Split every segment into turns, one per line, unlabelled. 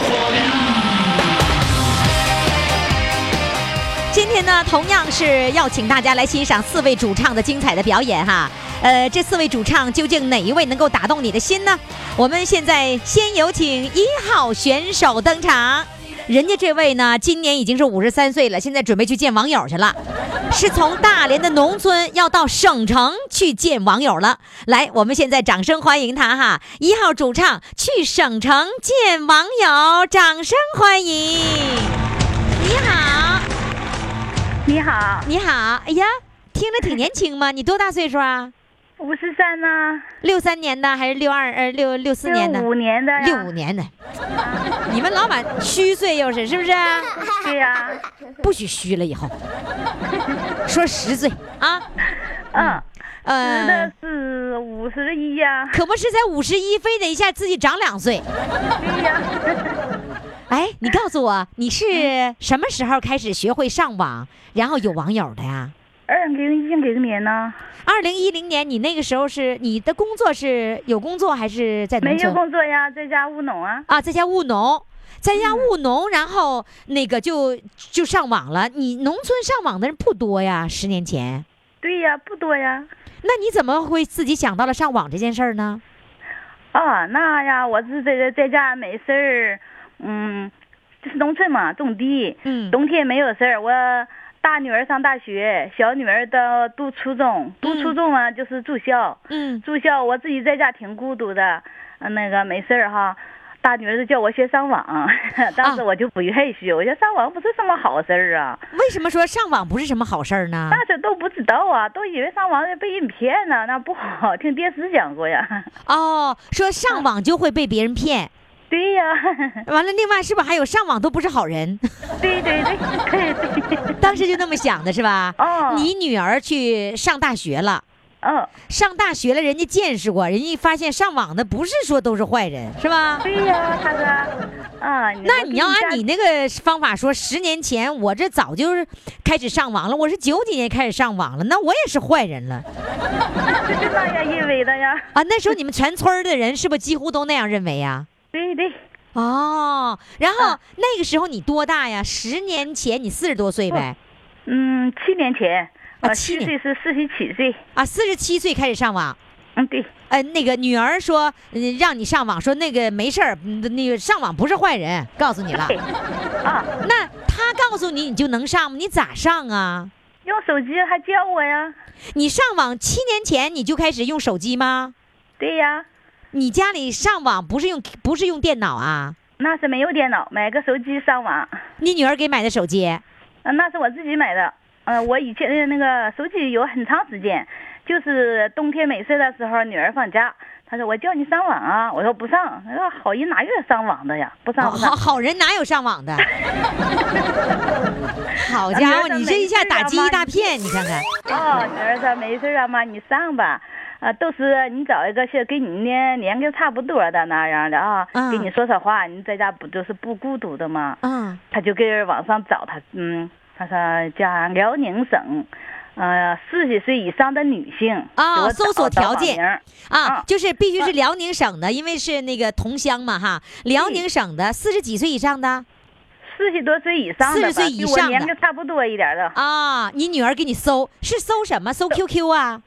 火苗！
今天呢，同样是要请大家来欣赏四位主唱的精彩的表演哈。呃，这四位主唱究竟哪一位能够打动你的心呢？我们现在先有请一号选手登场。人家这位呢，今年已经是五十三岁了，现在准备去见网友去了，是从大连的农村要到省城去见网友了。来，我们现在掌声欢迎他哈！一号主唱去省城见网友，掌声欢迎。你好。
你好，
你好，哎呀，听着挺年轻 嘛，你多大岁数啊？
五十三呢，
六三年的还是六二呃六六四年的？
五年的呀，
六五年的，你们老板虚岁又是是 不是？
对呀，
不许虚了，以后说实岁啊，
嗯，吃
呃
的，是五十一呀，
可不是才五十一，非得一下自己长两岁。
对呀，
哎，你告诉我，你
嗯
是什么时候开始学会上网，然后有网友的呀？
二零一零年呢，
二零一零年，你那个时候是你的工作是有工作还是在农
没
村？
有工作呀，在家务农啊，
啊，在家务农，在家务
嗯
农，然后那个就就上网了。你农村上网的人不多呀，十年前，
对呀，不多呀，
那你怎么会自己想到了上网这件事儿呢？
啊，那呀，我是在在家没事儿，嗯，就是农村嘛，种地，
嗯
冬天没有事儿，我。大女儿上大学，小女儿到读初中，读初中啊就是住校，
嗯
住校，我自己在家挺孤独的，呃那个没事儿哈。大女儿就叫我学上网， 当
啊
时我就不愿意学，我觉得上网不是什么好事儿啊，
为什么说上网不是什么好事儿 呢？
那时都不知道啊，都以为上网被人骗呢，那不好。听电视讲过呀，
哦，说上网就会被别人骗，
对呀，
完了，另外是不是还有上网都不是好人？
对对对对对，
当时就那么想的是吧？
哦
你女儿去上大学了。
嗯，
上大学了，人家见识过，人家一发现上网的不是说都是坏人，是吧？
对呀，大哥，啊，
那你要按你
家
那个方法说，十年前我这早就是开始上网了，我是九几年开始上网了，那我也是坏人了
就是那样认为的呀，
啊！那时候你们全村儿的人是不是几乎都那样认为呀？
对对，
哦，然后、那个时候你多大呀？十年前你四十多岁呗？
嗯，七年前，
啊
我
七
虚
年
岁是四十七岁，
啊，四十七岁开始上网。
嗯，对，
呃，那个女儿说，嗯让你上网，说那个没事儿，嗯那个上网不是坏人，告诉你了
对。， 啊。
那她告诉你，你就能上吗？你咋上啊？
用手机还叫我呀？
你上网七年前你就开始用手机吗？
对呀，
你家里上网不是用不是用电脑啊？
那是没有电脑，买个手机上网，
你女儿给买的手机
呃那是我自己买的。呃，我以前呃那个手机有很长时间，就是冬天没事的时候，女儿放假，她说我叫你上网啊，我说不上，她说好人哪愿上网的呀，不上
好
不上
好。好人哪有上 网的？好家伙，你这一下打击一大片，你看看。
哦，女儿说没事啊，妈你上吧，啊，都是你找一个是跟你年年龄差不多的那样的啊，
嗯
跟你说说话，你在家不就是不孤独的吗？
嗯，
他就跟网上找他，嗯，他说家辽宁省，呃，四十岁以上的女性
啊
给我
搜
找
索
找
条
网
件
名儿
啊
啊，
就是必须是辽宁省的，因为是那个同乡嘛哈，辽宁省的四十几岁以上的
四十多岁以上的吧，
40岁以
比
上
我年
的
龄差不多一点的，
啊，你女儿给你搜是搜什么？搜 QQ 啊？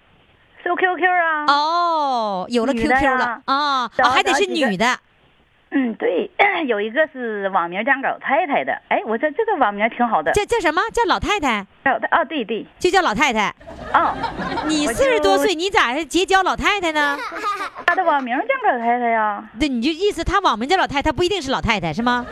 搜 QQ 啊，
哦，有了
女的
QQ 了
呀
啊，
找
啊还得
找
是
几个
女的。
嗯，对， 有一个是网名叫老太太的，哎，我说这个网名挺好的，
叫叫什么？叫老太太，
老太啊，对对，
就叫老太太。
啊，
你
我就
四十多岁，你咋还结交老太太呢？
她的网名叫老太太呀，
对，你就意思她网名叫老太太，不一定是老太太是吗？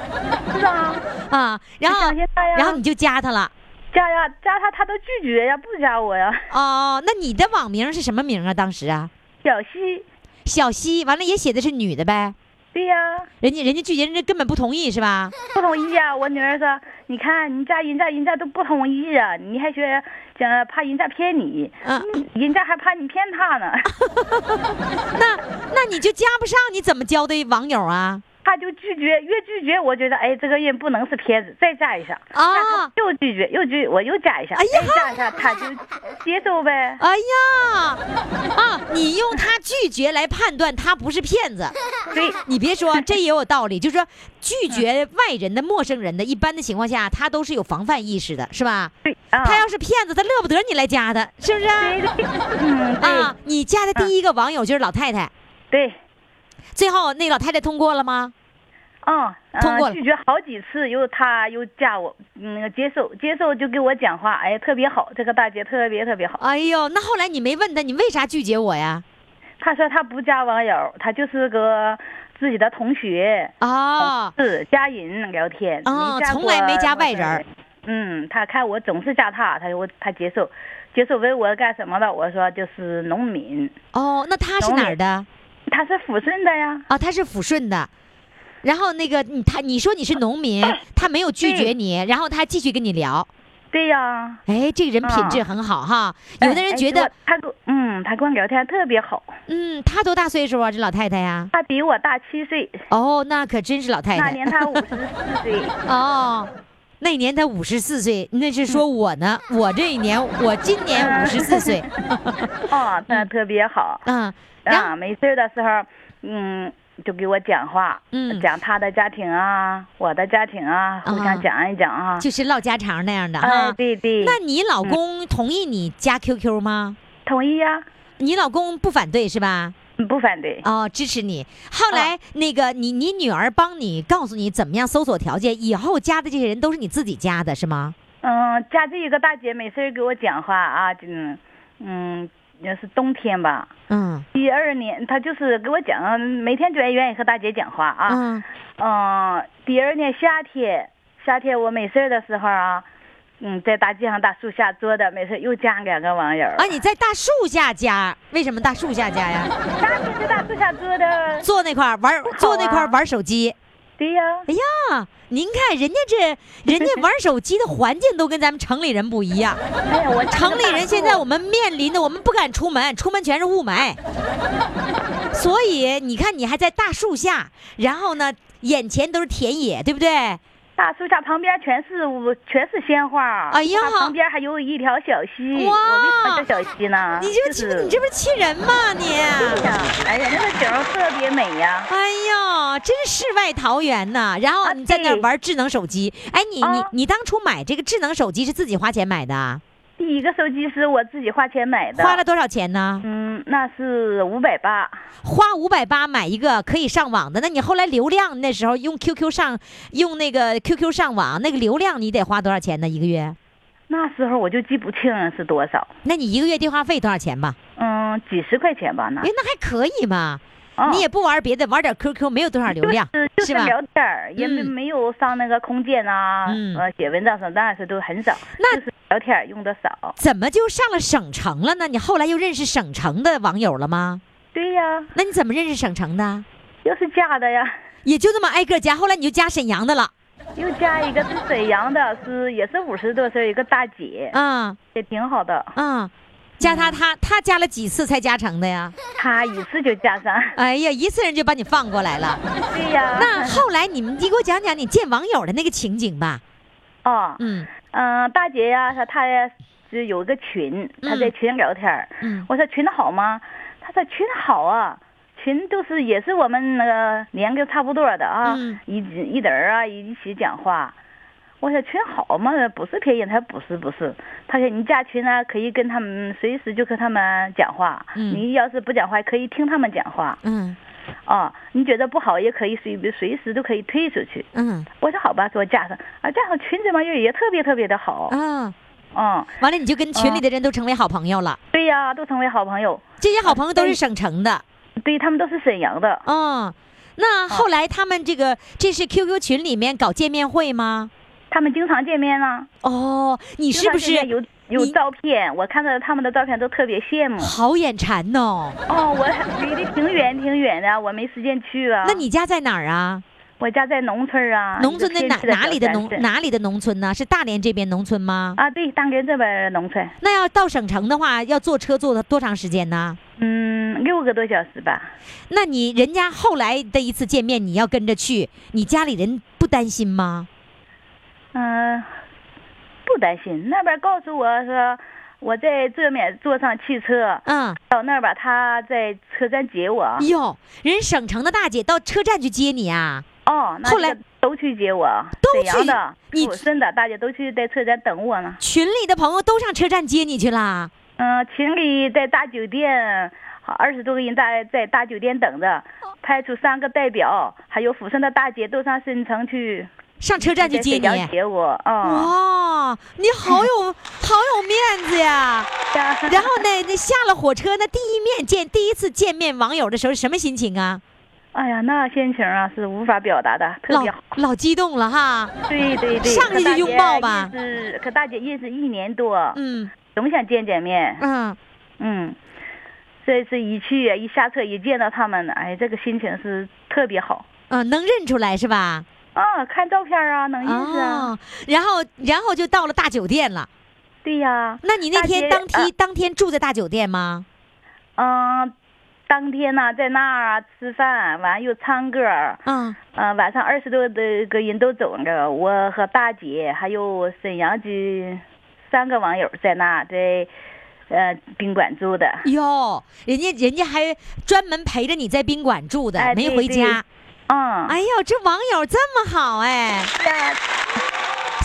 是啊，
啊，然后
想现在呀
然后你就加她了。
加呀加她，她都拒绝呀，不加我呀，
哦，那你的网名是什么名啊？当时啊，
小西，
小西，完了也写的是女的呗？
对呀、
人家人家拒绝，人家根本不同意是吧？
不同意啊！我女儿说：“你看，你家人家人家都不同意啊，你还学讲怕人家骗你，
嗯
人家还怕你骗他 呢。
那那你就加不上，你怎么交的网友啊？
他就拒绝，越拒绝，我觉得哎，这个人不能是骗子，再加一下。
啊
但他又拒绝，又拒，我又加一下，
哎呀
再加一下，他就接受呗。
哎呀，啊，你用他拒绝来判断他不是骗子，
对，
你别说，这也有道理。就是说，拒绝外人的、陌生人的，一般的情况下，他都是有防范意识的，是吧？
对啊，
他要是骗子，他乐不得你来加他，是不是啊？
嗯，对、
啊，你加的第一个网友就是老太太，
对，
最后那个老太太通过了吗？
嗯，呃
通过了
拒绝好几次，又他又加我，嗯那个接受，接受就跟我讲话，哎，特别好，这个大姐特别特别好。
哎呦，那后来你没问他，你为啥拒绝我呀？
他说他不加网友，他就是个自己的同学，
啊、
是家人聊天，
哦
加
从来没加外人儿
人。嗯，他看我总是加他，他说我他接受，接受问我干什么的，我说就是农民，
哦，那他是
懂
哪
了
儿的？
他是抚顺的呀，
啊，他是抚顺的。然后那个你他你说你是农民，
嗯
他没有拒绝你，然后他继续跟你聊。
对呀。
哎，这个人品质
啊
很好哈。有的
哎
人
哎
觉
结
得
果，他跟我嗯，他跟我聊天特别好，
嗯，他多大岁数啊？这老太太呀？
他比我大七岁，
哦，那可真是老太
那
太。
年他五十四 岁。
哦，那年他五十四岁，那是
嗯
说我呢，我这一年我今年五十四岁，
哦，他特别好
嗯，然后
啊！没事儿的时候，嗯，就给我讲话，
嗯
讲他的家庭啊，我的家庭啊，互
啊
相讲一讲啊。
就是唠家常那样的
哎
哈，。
对对，
那你老公同意你加 QQ 吗？
同意呀、
你老公不反对是吧？
嗯不反对。
哦，支持你。后
哦
来、那个你你女儿帮你告诉你怎么样搜索条件，以后加的这些人都是你自己加的是吗？
嗯，家这一个大姐没事儿给我讲话啊，嗯嗯，也是冬天吧，
嗯
一二年，她就是给我讲，每天就爱愿意和大姐讲话啊。
嗯
嗯，第二年夏天，夏天我没事儿的时候啊，嗯，在大街上大树下坐着，没事儿又加两个网友。
啊！你在大树下加，为什么大树下加 呀？
夏天在大树下坐着，
坐那块儿玩儿，坐那块儿
啊
玩手机。
对呀、
哎呀，您看人家这，人家玩手机的环境都跟咱们城里人不一 样。
哎呀，我
城里人现在我们面临的，我们不敢出门，出门全是雾霾。所以你看，你还在大树下，然后呢，眼前都是田野，对不对？
大树下旁边全是我全是鲜花。
哎呀
它旁边还有一条小溪。
哇
我为什么叫小溪呢？
你
啊就
这
是
不你这不是气人吗？你，
哎呀，哎呀，那个景儿特别美呀、
哎呦，真是世外桃源呐！然后
啊
你在那儿
对
玩智能手机，哎，你你
啊
你当初买这个智能手机是自己花钱买的啊，
第一个手机是我自己花钱买的，
花了多少钱呢？
嗯，那是五百八。
花五百八买一个可以上网的，那你后来流量那时候用 QQ 上用那个 QQ 上网，那个流量你得花多少钱呢？一个月？
那时候我就记不清是多少，
那你一个月电话费多少钱吧？
嗯，几十块钱吧，那
哎，那还可以嘛。
哦
你也不玩别的，玩点 QQ 没有多少流量，
就是就是
吧？
聊天儿，也没
嗯
没有上那个空间啊，
嗯
呃，写文章什么当然是都很少，
那
就是聊天儿用的少。
怎么就上了省城了呢？你后来又认识省城的网友了吗？
对呀、
那你怎么认识省城的？
又是加的呀，
也就那么挨个加，后来你就加沈阳的了，
又加一个是沈阳的，是也是五十多岁一个大姐，
啊、
也挺好的，
啊、加他他他加了几次才加成的呀？
她一次就 加上。
哎呀，一次人就把你放过来了。
对呀、
那后来你们，你给我讲讲你见网友的那个情景吧。
哦，
嗯
嗯、大姐呀，她她就有一个群，她在
嗯
群聊天儿。
嗯，
我说群好吗？她说群好啊，群就是也是我们那个年龄差不多的啊，
嗯
一一人儿啊一起讲话。我说群好嘛，不是便宜，他说不是不是，他说你加群啊呢、可以跟他们随时就跟他们讲话，
嗯
你要是不讲话可以听他们讲话
嗯
啊，你觉得不好也可以随随时都可以推出去。
嗯
我说好吧，给我加上啊，加上群这帮人也特别特别的好，
啊，
嗯，
完了你就跟群里的人都成为好朋友了。
对呀、都成为好朋友，
这些好朋友都是省城的，
对他们都是沈阳的，
嗯。那后来他们这个这是 QQ 群里面搞见面会吗？
他们经常见面啊。
哦，你
就是
不
他现在
是
有有
你
照片，我看到他们的照片都特别羡 慕。
好眼馋哦。
哦，我离得挺远挺远的，我没时间去啊。
那你家在哪儿啊？
我家在农村儿啊，
农村
一个
的哪
偏僻
哪里的
小
农
山市
哪里的农村呢？是大连这边农村吗？
啊？对，大连这边儿农村，
那要到省城的话，要坐车坐多长时间呢？
嗯，六个多小时吧。
那你人家后来的一次见面，你要跟着去，你家里人不担心吗？
嗯、不担心。那边告诉我说，我在这面坐上汽车
嗯，
到那儿吧，他在车站接我。
哟，人省城的大姐到车站去接你啊？
哦，那
后来
这个都去接我，
都
沈阳的、
去你
抚顺的，大家都去在车站等我呢。
群里的朋友都上车站接你去啦？
嗯、群里在大酒店，二十多个人在在大酒店等着，
哦
派出三个代表，还有抚顺的大姐都上沈城去，
上车站去接
在沈阳
你？哦
接我啊。
哇，你好 有好有面子呀！
然
然后呢，那下了火车，那第一面见第一次见面网友的时候，什么心情啊？
哎呀，那心情啊是无法表达的，特
老
别好。
老激动了哈。
对对对，
上去就拥抱吧
是和大姐认识一年多，
嗯
总想见见面。
嗯，
嗯，这次一去啊一下车一见到他们，哎，这个心情是特别好。
嗯，能认出来是吧？
啊，看照片啊，能认识啊。
哦，然后然后就到了大酒店了。
对呀、
那你那
大
天
街
当天、
呃
当天住在大酒店吗？
嗯，当天呢、在那儿啊吃饭，完又唱歌，
嗯，
嗯，晚上二十多的个人都走着，我和大姐还有沈阳局三个网友在那儿在，呃，宾馆住的。
哟，人家人家还专门陪着你在宾馆住的，
哎
没
对
回
对
家。
嗯，
哎呦，这网友这么好哎，
呀，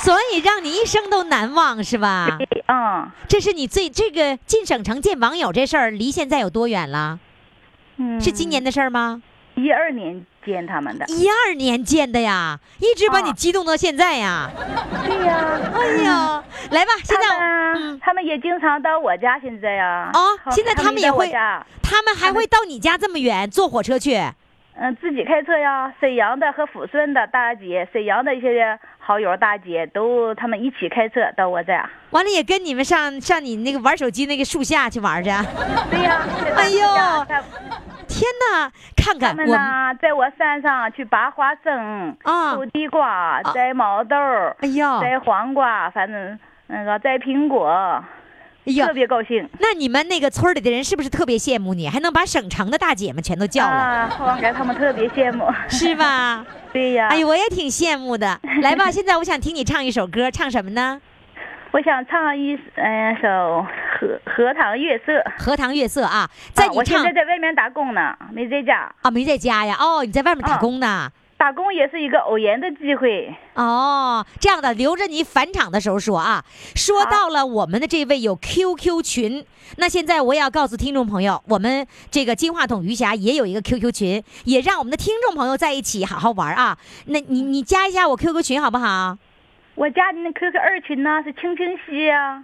所以让你一生都难忘是吧？
对嗯
这是你最这个进省城见网友这事儿，离现在有多远了？
嗯，
是今年的事儿吗？
一二年见他们的。
一二年见的呀，一直把你
啊
激动到现在呀。
对呀、
哎呦，来吧，现在
他们、
嗯，
他们也经常到我家，现在呀、
哦现在他
他
们也会
到我家
他们还会到你家这么远坐火车去？
嗯，自己开车呀，沈阳的和抚顺的大姐，沈阳的一些好友大姐都他们一起开车到我家。
完了也跟你们上上你那个玩手机那个树下去玩去。
对呀、在他
哎呦
们家
天哪，看
他
看
们
我们，
呢，在我山上去拔花生、
啊
收地瓜、摘毛豆、
哎呦，哎
摘黄瓜，反正那个摘苹果，
呦
特，别高兴。
哎那你们那个村里的人是不是特别羡慕你，还能把省城的大姐们全都叫来，
啊，后来他们特别羡慕。
是吧？
对呀、
哎呦，我也挺羡慕的。来吧，现在我想听你唱一首歌，唱什么呢？
我想唱一嗯、首《荷荷塘月色》
《荷塘月色》啊，在
啊
你
我现
唱
在在外面打工呢，没在家。
啊，没在家呀？哦，你在外面打
嗯
工呢？
打工也是一个偶然的机会。
哦，这样的，留着你返场的时候说啊。说
好
到了我们的这位有 QQ 群，那现在我也要告诉听众朋友，我们这个金话筒余霞也有一个 QQ 群，也让我们的听众朋友在一起好好玩啊。那你你加一下我 QQ 群好不好？啊，
我家的那 QQ 二群呢是青青溪呀、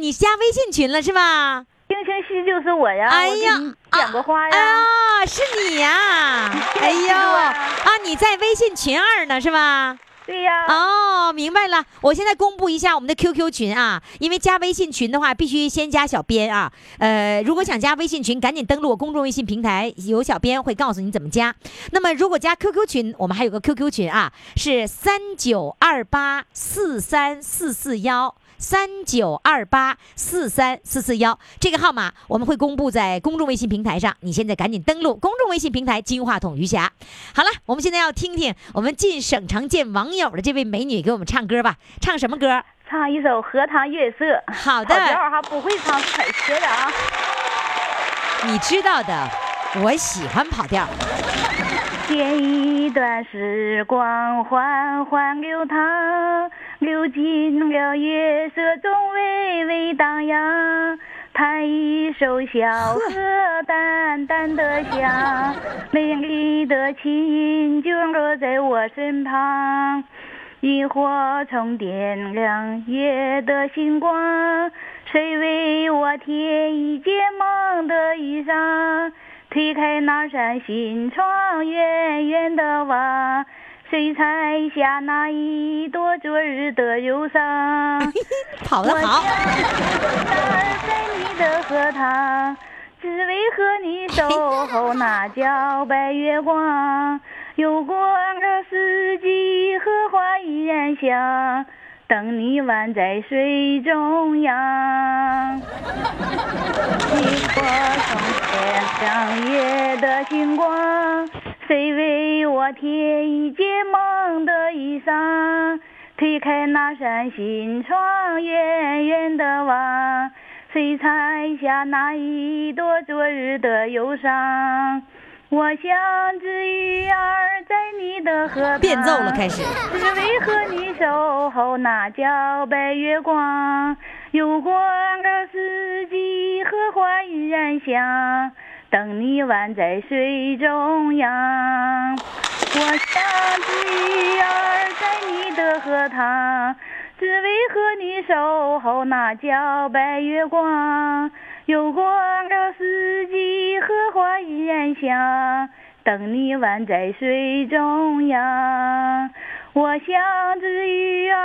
你加微信群了是吧？
青青溪就是我呀，
哎
我
呀
给你讲过话哎呀。
啊，是你 呀、哎
记
呦，
住啊
啊，你在微信群二呢是吧？
对呀、
哦，明白了。我现在公布一下我们的 QQ 群啊，因为加微信群的话，必须先加小编啊。呃，如果想加微信群，赶紧登录我公众微信平台，有小编会告诉你怎么加。那么如果加 QQ 群，我们还有个 QQ 群啊，是三九二八四三四四幺。三九二八四三四四幺这个号码我们会公布在公众微信平台上，你现在赶紧登录公众微信平台“金话筒余霞”。好了，我们现在要听听我们进省城见网友的这位美女给我们唱歌吧，唱什么歌？
唱一首《荷塘月色》。
好的
跑调儿哈不会唱是很学的啊。
你知道的，我喜欢跑调。
剪一段时光缓缓流淌，流进了月色中微微荡漾。弹一首小河淡淡的香，美丽的琴音就落在我身旁。萤火虫点亮夜的星光，谁为我添一件梦的衣裳？推开那扇心窗，远远的望，谁采下那一朵昨日的忧伤？
跑得好
我，儿在你的荷塘，只为和你守候那皎白月光。有过了四季，荷花依然香，等你宛在水中央。经过从天上夜的星光，谁为我添一件梦的衣裳？推开那扇心窗，远远的望，谁采下那一朵昨日的忧伤？我像只鱼儿在你的荷塘，
变奏了，开始。
只为和你守候那皎白月光。有过了四季，荷花依然香，等你宛在水中央。我像只鱼儿在你的荷塘，只为和你守候那皎白月光。有过了四季，荷花依然香，等你宛在水中央。我像只鱼儿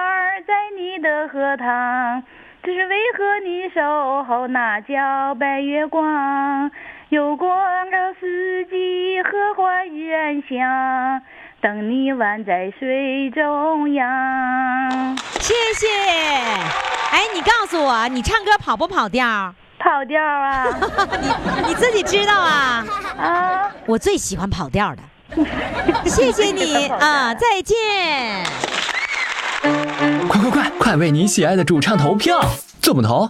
在你的荷塘，只为和你守候那皎白月光。有过了四季，荷花依然香，等你宛在水中央。
谢谢。哎，你告诉我，你唱歌跑不跑调儿？
跑调啊
你自己知道啊？
啊！
我最喜欢跑调儿的。谢 谢你啊，再见。
快快快，快为你喜爱的主唱投票！怎么投？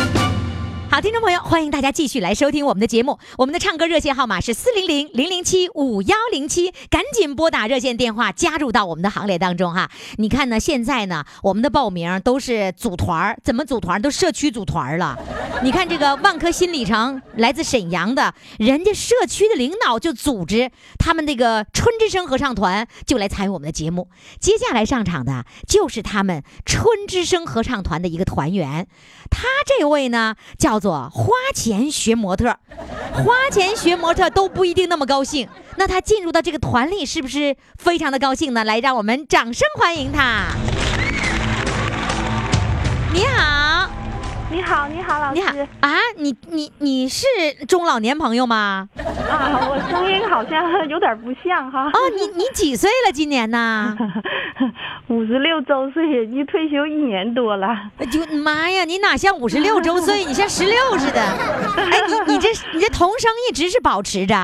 好，听众朋友，欢迎大家继续来收听我们的节目。我们的唱歌热线号码是四零零零零七五幺零七，赶紧拨打热线电话，加入到我们的行列当中哈。你看呢，现在呢，我们的报名都是组团儿，怎么组团儿？都社区组团儿了。你看这个万科新里程来自沈阳的，人家社区的领导就组织他们那个春之声合唱团就来参与我们的节目。接下来上场的就是他们春之声合唱团的一个团员，他这位呢叫做花钱学模特儿，花钱学模特都不一定那么高兴，那他进入到这个团里是不是非常的高兴呢？来，让我们掌声欢迎他。你好，
你好，你好，老
你好
师
啊，你你你是中老年朋 友吗？
啊，我声音好像有点不像哈
哦，，你你几岁了？今年 呢？
五十六周岁，已经退休一年多了。
哎就妈呀，你哪像五十六周岁，你像十六似 的。哎，你你这你这童声一直是保持着。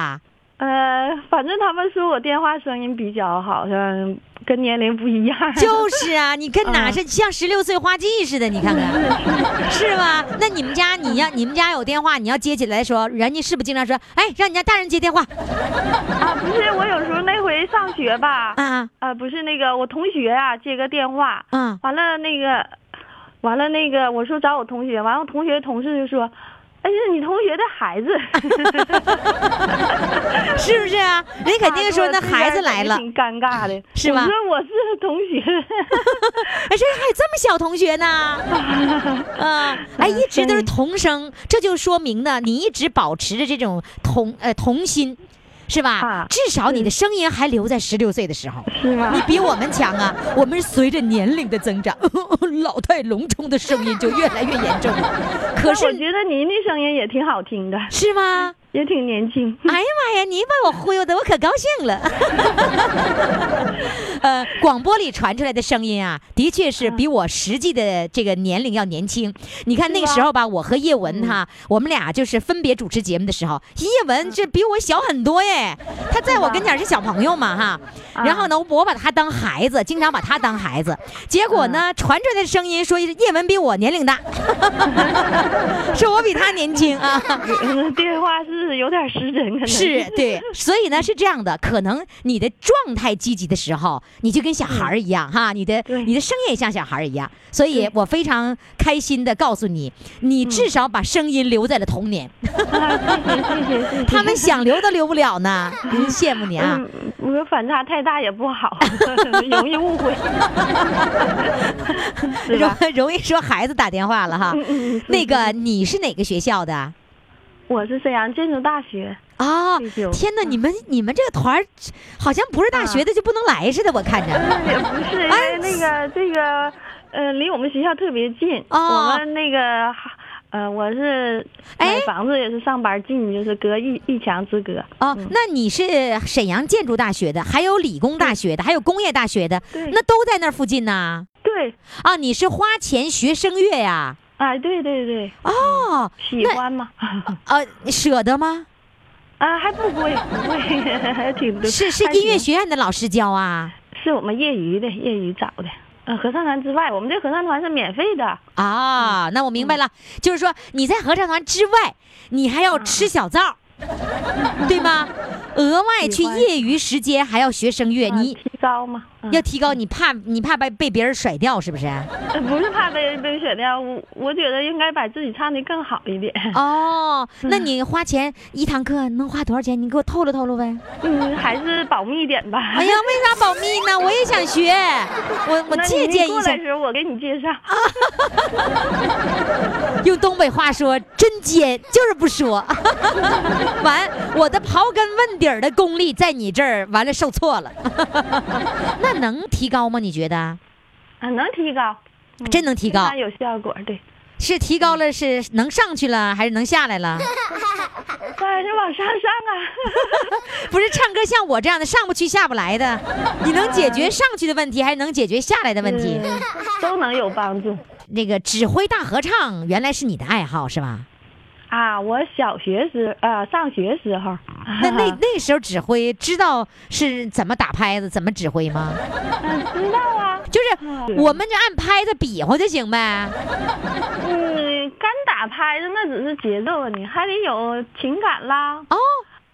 呃，反正他们说我电话声音比较好像跟年龄不一样。
就是啊，你跟哪
嗯
是像十六岁花季似的，你看看，是吧？那你们家你要你们家有电话，你要接起来的时候，人家是不是经常说，哎，让你家大人接电话
啊， 不是，我有时候那回上学吧，
啊
啊，不是那个我同学啊接个电话，
啊？
完了那个，完了那个，我说找我同学，完了我同学同事就说，哎，是你同学的孩 子。
是不是啊？人家肯定说那孩子来了
啊，挺尴尬的，
是吧
我说我是同学，
哎，这还有这么小同学呢？啊，哎，一直都是童声，这就说明呢，你一直保持着这种童呃童心，是吧？
啊
至少你的声音还留在十六岁的时候。
是吗
你？比我们强啊！我们随着年龄的增长， 老态龙钟的声音就越来越严重了。可
但我
是
觉得您的声音也挺好听的，
是吗？
也挺年轻。
哎呀妈呀！你把我忽悠的，我可高兴了。 呃，广播里传出来的声音啊，的确是比我实际的这个年龄要年轻。你看那个时候吧，我和叶文哈，我们俩就是分别主持节目的时候，叶文这比我小很多耶，他在我跟前是小朋友嘛哈。然后呢，我把他当孩子，经常把他当孩子。结果呢，传出来的声音说叶文比我年龄大， 说我比他年轻啊。
嗯
电话是有 点失真，可能
是对，所以呢是这样的，可能你的状态积极的时候，你就跟小孩儿一样哈，你的
嗯对
你的声音也像小孩儿一样，所以我非常开心的告诉你，你
嗯
至少把声音留在了童 年，
啊，谢谢谢谢谢谢。
他们想留都留不了 呢，嗯羡慕你啊！
嗯，我说反差太大也不好， 容易误 会，是
容
吧？
容易说孩子打电话了哈
嗯嗯嗯，
那个你是哪个学校的啊？
我是沈阳建筑大学，
啊
退休！
天哪，你们你们这个团儿好像不是大
啊
学的就不能来似的，我看着。
也不是因
哎
为那个这个，呃，离我们学校特别近，
哦
我们那个。呃，我是
哎
买房子也是上班近，就是隔一一墙之隔。
哦，那你是沈阳建筑大学的，还有理工大学的，还有工业大学的，
对
那都在那儿附近呢。
对，
啊，你是花钱学声乐呀？
哎，对对对，
哦，
喜欢嘛？
呃，你舍得吗？
啊，还不会，不会， 还挺多。
是是
还
音乐
行
学院的老师教啊？
是我们业余的，业余找的。呃，合唱团之外，我们这合唱团是免费的。嗯
啊，那我明白了，就是说你在合唱团之外，你还要
嗯
吃小灶， 对吗？额外去
喜欢
业余时间还要学声乐，
啊
哎你
提高嘛？嗯
要提高，你怕你怕被被别人甩掉是不是？
呃不是怕被被选掉，我我觉得应该把自己唱的更好一点。
哦，那你花钱一堂课能花多少钱？你给我透露透露 呗。
嗯，还是保密一点吧。
哎呀，为啥保密呢？我也想学， 我我
那你
借鉴
过
一下啊
来，时候我给你介绍。
用东北话说真尖，就是不说。 完，我的刨根问底儿的功力在你这儿完了受挫了， 那能提高吗？你觉得
啊，能提高，嗯
真能提高
非常有效果。对，
是提高了，是能上去了，还是能下来 了？
当然是往上上啊。
不是唱歌像我这样的上不去下不来的，你能解决上去的问题，还是能解决下来 的问题？
嗯都能有帮助
那个指挥大合唱原来是你的爱好是 吧？
啊！我小学时啊、上学时候，
那那那时候指挥知道是怎么打拍子、怎么指挥吗？
嗯知道啊，
就是我们就按拍子比划就行呗。
嗯，干打拍子那只是节奏，你还得有情感啦
哦，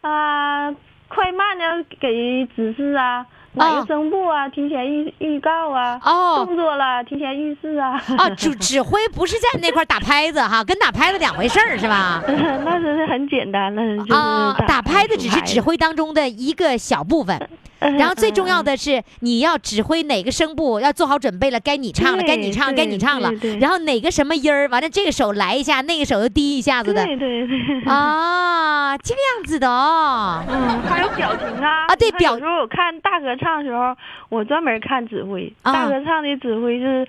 啊、快慢的给指示啊，哪个声部啊，提前预预告啊，
哦
动作啦，提前预示啊，
啊，指指挥不是在那块儿打拍子哈，跟打拍子两回事儿是 吧？
那真是很简单了，就是
啊，打拍子只是指
挥，
挥当中的一个小部分，
嗯
然后最重要的是你要指挥哪个声部，要做好准备了，该你唱了，
对
该你唱，
对
该你唱了
对，对
然后哪个什么音儿，完了这个手来一下，那个手又低一下子的，
对对对，
啊，这个样子的哦。
嗯，还有表情啊
啊对
你看
表
有时候我看大合唱的时候，我专门看指挥，
啊
大合唱的指挥是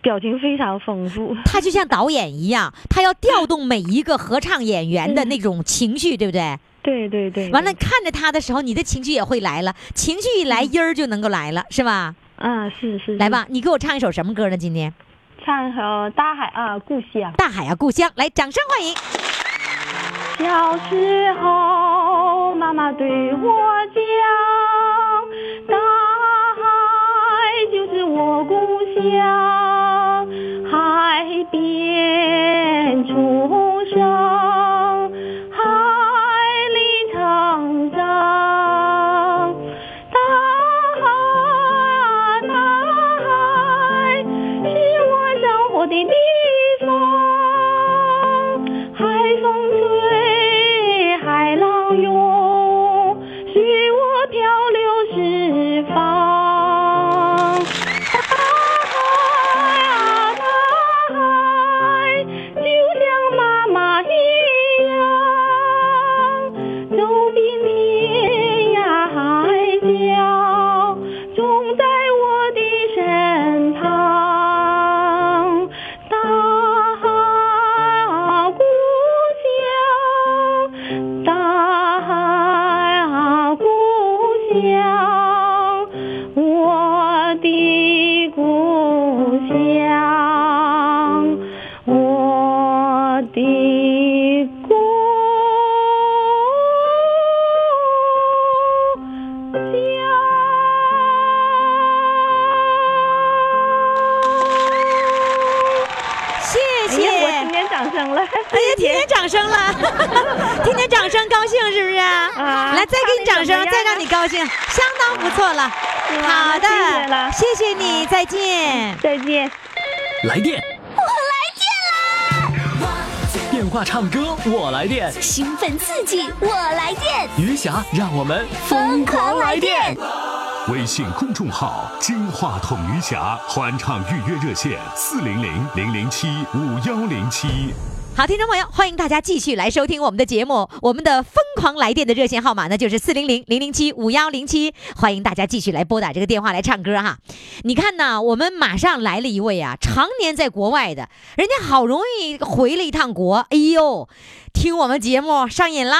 表情非常丰富。
他就像导演一样，他要调动每一个合唱演员的那种情绪，对不对？
对对对，
完了，看着他的时候，你的情绪也会来了，情绪一来，音儿就能够来了，是吧？
嗯，是是，
来
是，
吧，你给我唱一首什么歌呢？今天《
唱一首《大海啊故乡》。
大海啊故乡》，来，掌声欢迎。
小时候，妈妈对我讲，大海就是我故乡，海边出生，海里成长，大海啊大海是我生活的地方，海风吹，海浪涌，使我漂流四方。大海啊，大海，就像妈妈一样，走遍天涯海角，总在我的身旁。大海啊，故乡，大海啊，故乡，我的故乡，我的故乡。
谢
哎
谢。
呀，我听见掌声了。
哎呀，听见掌 声了，听见掌声高兴是不是？
啊
来，再给你掌声，
唱得怎么样啊
再让你高兴，相当不错了。
行了，
好的
那谢
谢谢
谢了，，
你，再见。
再见。
来电，我来电啦！电话唱歌，我来电。
兴奋刺激，我来电，
余霞，让我们
疯狂来电！
微信公众号“金话筒余霞”欢唱预约热线：四零零零零七五幺零七。
好，听众朋友，欢迎大家继续来收听我们的节目。我们的疯狂来电的热线号码呢，就是四零零零零七五幺零七，欢迎大家继续来拨打这个电话来唱歌哈。你看呐，我们马上来了一位啊，常年在国外的，人家好容易回了一趟国，哎呦，听我们节目上瘾啦，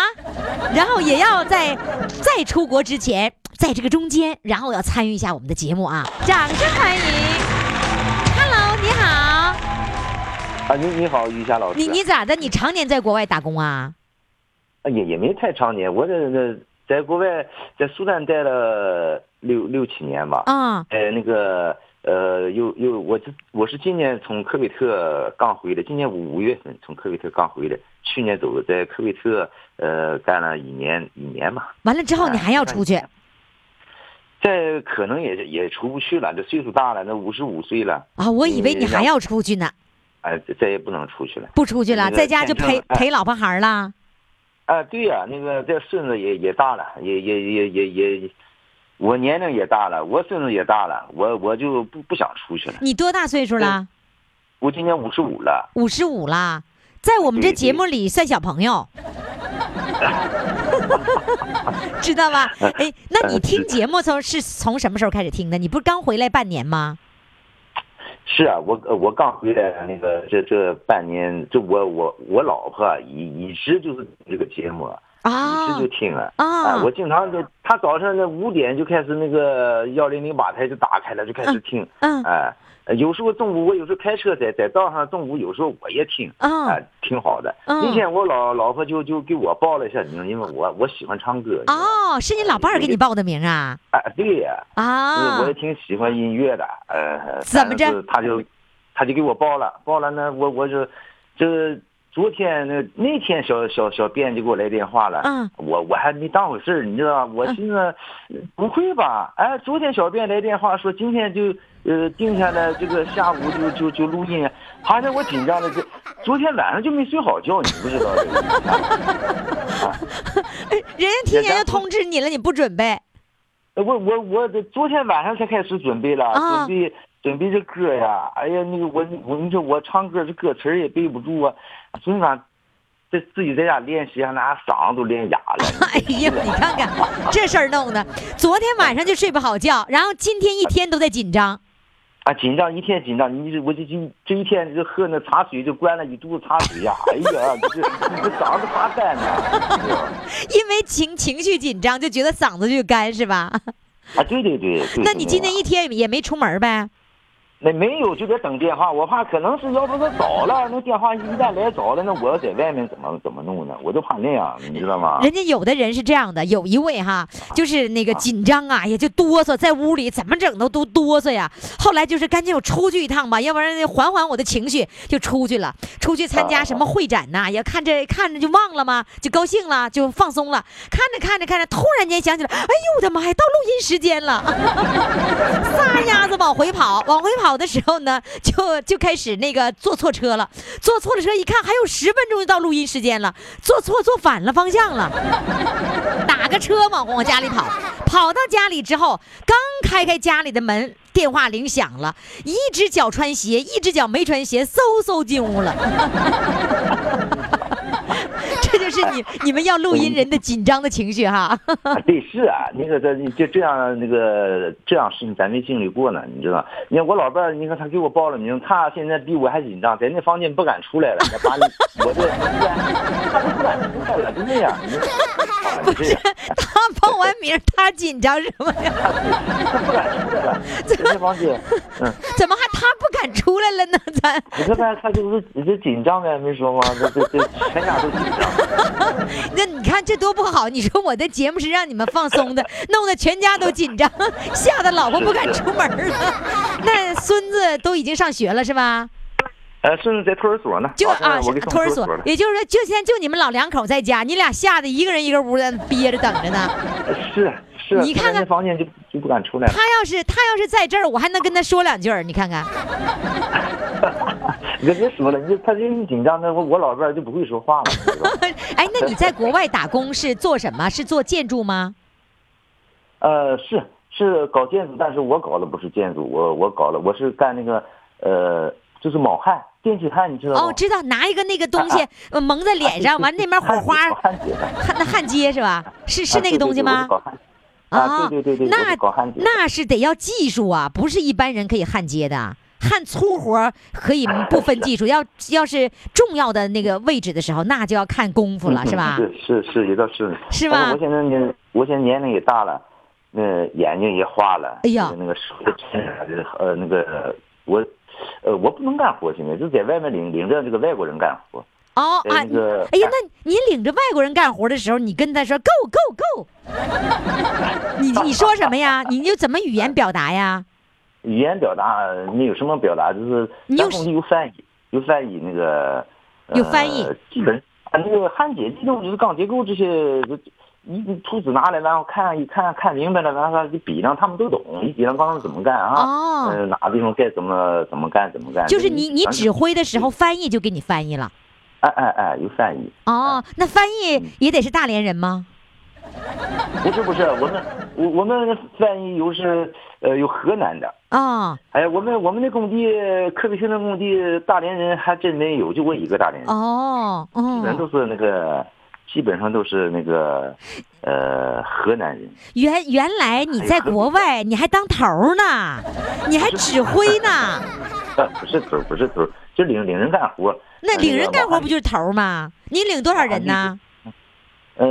然后也要在再出国之前，在这个中间，然后要参与一下我们的节目啊，掌声欢迎。Hello，你好。
啊，你你好，于霞老师。
你你咋的？你常年在国外打工啊？
啊也也没太常年，我这这在国外在苏丹待了六六七年吧。
啊、
呃，那个呃，又又我这我是今年从科威特刚回来，今年五五月份从科威特刚回来，去年走的，在科威特呃干了一年一年吧。
完了之哦后你还要出去？
哎这可能也也出不去了，这岁数大了，那五十五岁了，
啊？我以为你还要出去呢，
哎，再也不能出去了。
不出去了，
那个
在家就陪
签证哎
陪老婆孩儿啦。
啊，对呀、那个这孙子也也大了，也也也也也，我年龄也大了，我孙子也大了，我我就不不想出去了。
你多大岁数了？
我今年五十五了，
五十五啦，在我们这
对对
节目里算小朋 友，知道吧？哎，那你
呃
听
是
节目从是从什么时候开始听的？你不是刚回来半年吗？
是啊，我呃我刚回来那个这这半年，这我我我老婆啊一一直就是这个节目，一
啊
直就听了。
啊
啊，我经常就她早上那五点就开始那个幺零零八台就打开了，就开始听。
嗯
哎、呃有时候中午我有时候开车在在道上，中午有时候我也听。
嗯
啊，挺好的。
嗯
那天我老老婆就就给我报了一下名，因为我我喜欢唱歌。
哦，是你老伴儿给你报的名啊？
啊，对呀、
啊
嗯我我也挺喜欢音乐的。呃，
怎么着
但是他就他就给我报了，报了呢，我我就这昨天那那天小小小编就给我来电话了。
嗯
我我还没当回事儿，你知道吧？我寻思、不会吧？哎，昨天小编来电话说今天就呃定下来，这个下午就就就录音，还得我紧张的这，昨天晚上就没睡好觉，你不知道这个。
人家提
也
前就
咱不
通知你了，你不准备？
呃我我我这昨天晚上才开始准备了，
啊
准备准备这歌呀，哎呀，那个我我你说我唱歌这歌词儿也背不住啊，昨天晚上这自己在家练习，还拿嗓子都练哑了。
哎呀，你看看这事儿弄的，昨天晚上就睡不好觉，然后今天一天都在紧张。
啊，紧张一天紧张，你这我这这这一天就喝那茶水，就灌了一肚子茶水呀、哎呀，这这嗓子发 干呢。
因为情情绪紧张，就觉得嗓子就干是吧？
啊，对对对对。
那你今天
一
一天也没出门呗？
那没有就得等电话，我怕可能是要不他早了，那电话一旦来早了，那我要在外面怎么怎么弄呢？我就怕那样，你知道吗？
人家有的人是这样的，有一位哈，就是那个紧张啊，也就哆嗦，在屋里怎么整都都哆嗦呀。后来就是赶紧我出去一趟吧，要不然缓缓我的情绪，就出去了。出去参加什么会展呐、也看着看着就忘了嘛，就高兴了，就放松了。看着看着看着，突然间想起来，哎呦我的妈呀，到录音时间了。 撒丫子往回跑，往回跑的时候呢，就就开始那个坐错车了。坐错了车，一看还有十分钟就到录音时间了，坐错坐反了方向了，打个车往往家里跑。跑到家里之后，刚开开家里的门，电话铃响了，一只脚穿鞋，一只脚没穿鞋，嗖嗖进屋了。 这就是你你们要录音人的紧张的情绪哈。
啊，对，是啊，那个这就这样那个这样事情咱没经历过呢，你知道？你看我老伴儿，你看他给我报了名，他现在比我还紧张，在那房间不敢出来了，那把你我这他都不敢出来了，就那样。你啊你
不
这
是
样，
他报完名，他紧张什么呀？
他不敢出来了，在那房间，嗯，
怎么还他不敢出来了呢？咱
你看他他就是你这紧张呗，没说吗？这这这全家都紧张。
那你看这多不好！你说我的节目是让你们放松的，弄得全家都紧张，吓得老婆不敢出门了。那孙子都已经上学了是吧？
呃，顺子在托儿所呢，
就
啊现在
啊，
我给送
托儿所
所了，。
也就是说，就现在就你们老两口在家，你俩吓得一个人一个屋的憋着等着呢。
是啊是，
你看看
那房间就就不敢出来
他要是他要是在这儿，我还能跟他说两句儿，你看看。
了。你别说了，你就他就一紧张，那我我老伴儿就不会说话了。你知道吧
哎，那你在国外打工是做什么？是做建筑吗？
呃，是是搞建筑，但是我搞的不是建筑，我我搞了，我是干那个呃，就是铆焊、电气焊，你知道吗？
哦，知道，拿一个那个东西呃蒙在脸上，完那边火 花
焊接焊接的
焊那焊接是吧？是是
啊
那个东西吗哦
对对对我是？搞焊啊，对对对对，我
那
是搞焊接的。
那是得要技术啊，不是一般人可以焊接的。焊粗活儿可以不分技术，要要是重要的那个位置的时候，那就要看功夫了，是 吧？
嗯是是是，也倒是。
是
但
吧
我现在年，我现在年龄也大了，那眼睛也花了。
哎呀
那个手也沉了，这个呃那个我，呃我不能干活，现在就在外面领领着这个外国人干活。
哦
对
啊，
那个
哎呀，那你领着外国人干活的时候，你跟他说 “go go go”，你你说什么呀？你就怎么语言表达呀？
语言表达呃你有什么表达？就是
你有
当中有翻译，有翻译那个。呃
有翻译。嗯
基本啊，那个焊接这种就是钢结构这些。一一图纸拿来，然后看一看，看明白了，然后就比上，他们都懂，一比上刚刚怎么干啊？
哦
嗯，哪个地方该怎么怎么干，怎么干？
就是你你
反正
指挥的时
嗯
候，翻译就给你翻译了。
哎哎哎，有翻译。
哦，那翻
嗯
译也得是大连人吗？
不是不是，我们我我们翻译有是呃有河南的，
哦
哎呀，我们我们那工地科比兴的工地，大连人还真没有，就我一个大连人，
哦
基本
哦，
都是那个基本上都是那个呃河南人。
原原来你在国外，你还当头儿呢，你还指挥呢，
啊，不是头儿，不是头儿，就领领人干活儿。
那
呃
领人干活不
就？
就是头儿吗？你领多少人
啊
呢？
呃，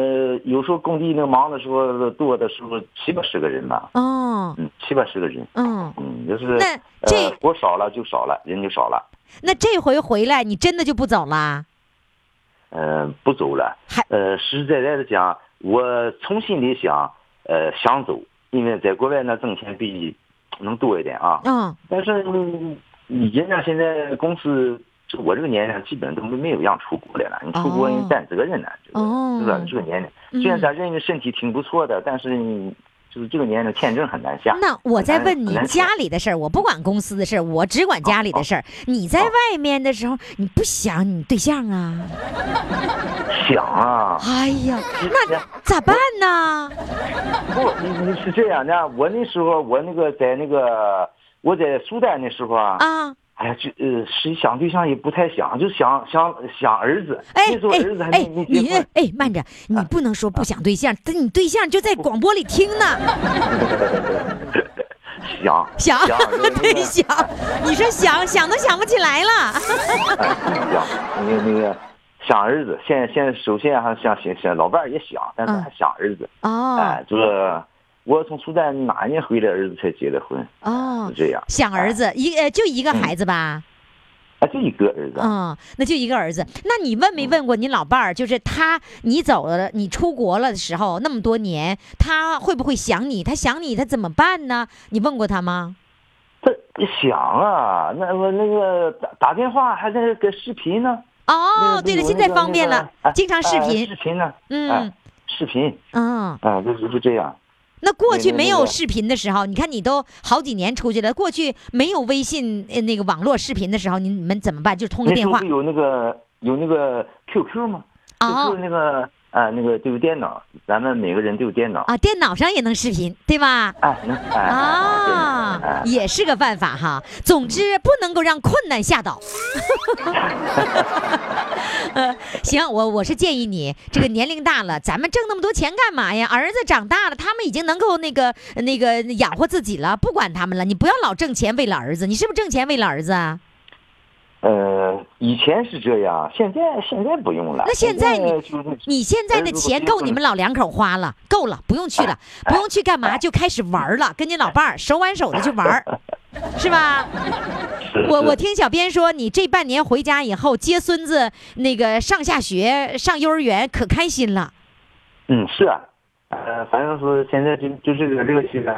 有时候工地那个忙的时候多的时候七八十个人吧，
哦，
嗯，七八十个人，
嗯，
嗯，就是
那这
呃、活少了就少了，人就少了，
那这回回来你真的就不走了？
呃，不走了
还。
呃，实实在在的讲，我从心里想，呃，想走，因为在国外那挣钱比能多一点啊。
嗯，
但是嗯你人家现在公司，就我这个年龄，基本都没没有让出国来了。你出国
哦
你担责任呢，这个
哦
是吧？这个年
嗯
龄，虽然咱认为身体挺不错的，但是你就是这个年龄签证很难下。
那我再
很难
问你
很难
家里的事儿，我不管公司的事儿，我只管家里的事儿。你在外面的时候，你不想你对象啊？
想啊，
哎呀，那咋办呢？
不，你你是这样的，我那时候我那个在那个我在苏丹那时候啊，
啊，
哎呀，就呃，实际想对象也不太想，就想想想儿子。
哎
那时候儿子
哎
还
哎
没没，
你
结婚。
哎慢着，你不能说不想对象，但你对象就在广播里听呢，
想
想
想
对想，你说想想都想不起来了。
想那个那个想儿子，现在现在首先还想想想老伴儿也想，但是
嗯
还想儿子。
哦
哎，就是我从苏丹哪一年回来，儿子才结的婚，
哦
就，这样。
想儿子一呃就一个孩子吧，
啊，就一个儿子。
嗯，那就一个儿子。那你问没问过你老伴儿？就是他你走了，你出国了的时候那么多年，他会不会想你？他想你，他怎么办呢？你问过他吗？
这想啊，那我那个打打电话还在个视频呢。那
哦，
个
对了，
我
现
那
在
个
方便
那个
了
哎，
经常视
哎
频
视。频呢。
嗯
哎，视频
嗯。
啊，就是就这样。
那过去
那那
没
那
有
个
视频的时候，你看你都好几年出去了，过去没有微信呃那个网络视频的时候，你你们怎么办？就是通个
那时
电
候
话
不有那个有那个 QQ 吗
哦
？QQ 那个啊，那个都有电脑，咱们每个人都有电脑。
啊，电脑上也能视频，对吧？
哎，那哎哎哎对哎
啊，也是个办法哈。总之，不能够让困难吓倒。呃， 行，我我是建议你，这个年龄大了，咱们挣那么多钱干嘛呀？儿子长大了，他们已经能够那个那个养活自己了，不管他们了。你不要老挣钱为了儿子，你是不是挣钱为了儿子啊？
呃，以前是这样，现在现在不用了。
那现在你
就是
你现在的钱够你们老两口花了，够了，不用去了，不用去干嘛，就开始玩儿了，跟你老伴儿手挽手的去玩儿，是吧？
是
我我
是
听小编说，你这半年回家以后接孙子那个上下学、上幼儿园，可开心了。
嗯是啊，呃，反正是现在就就这个乐趣呢，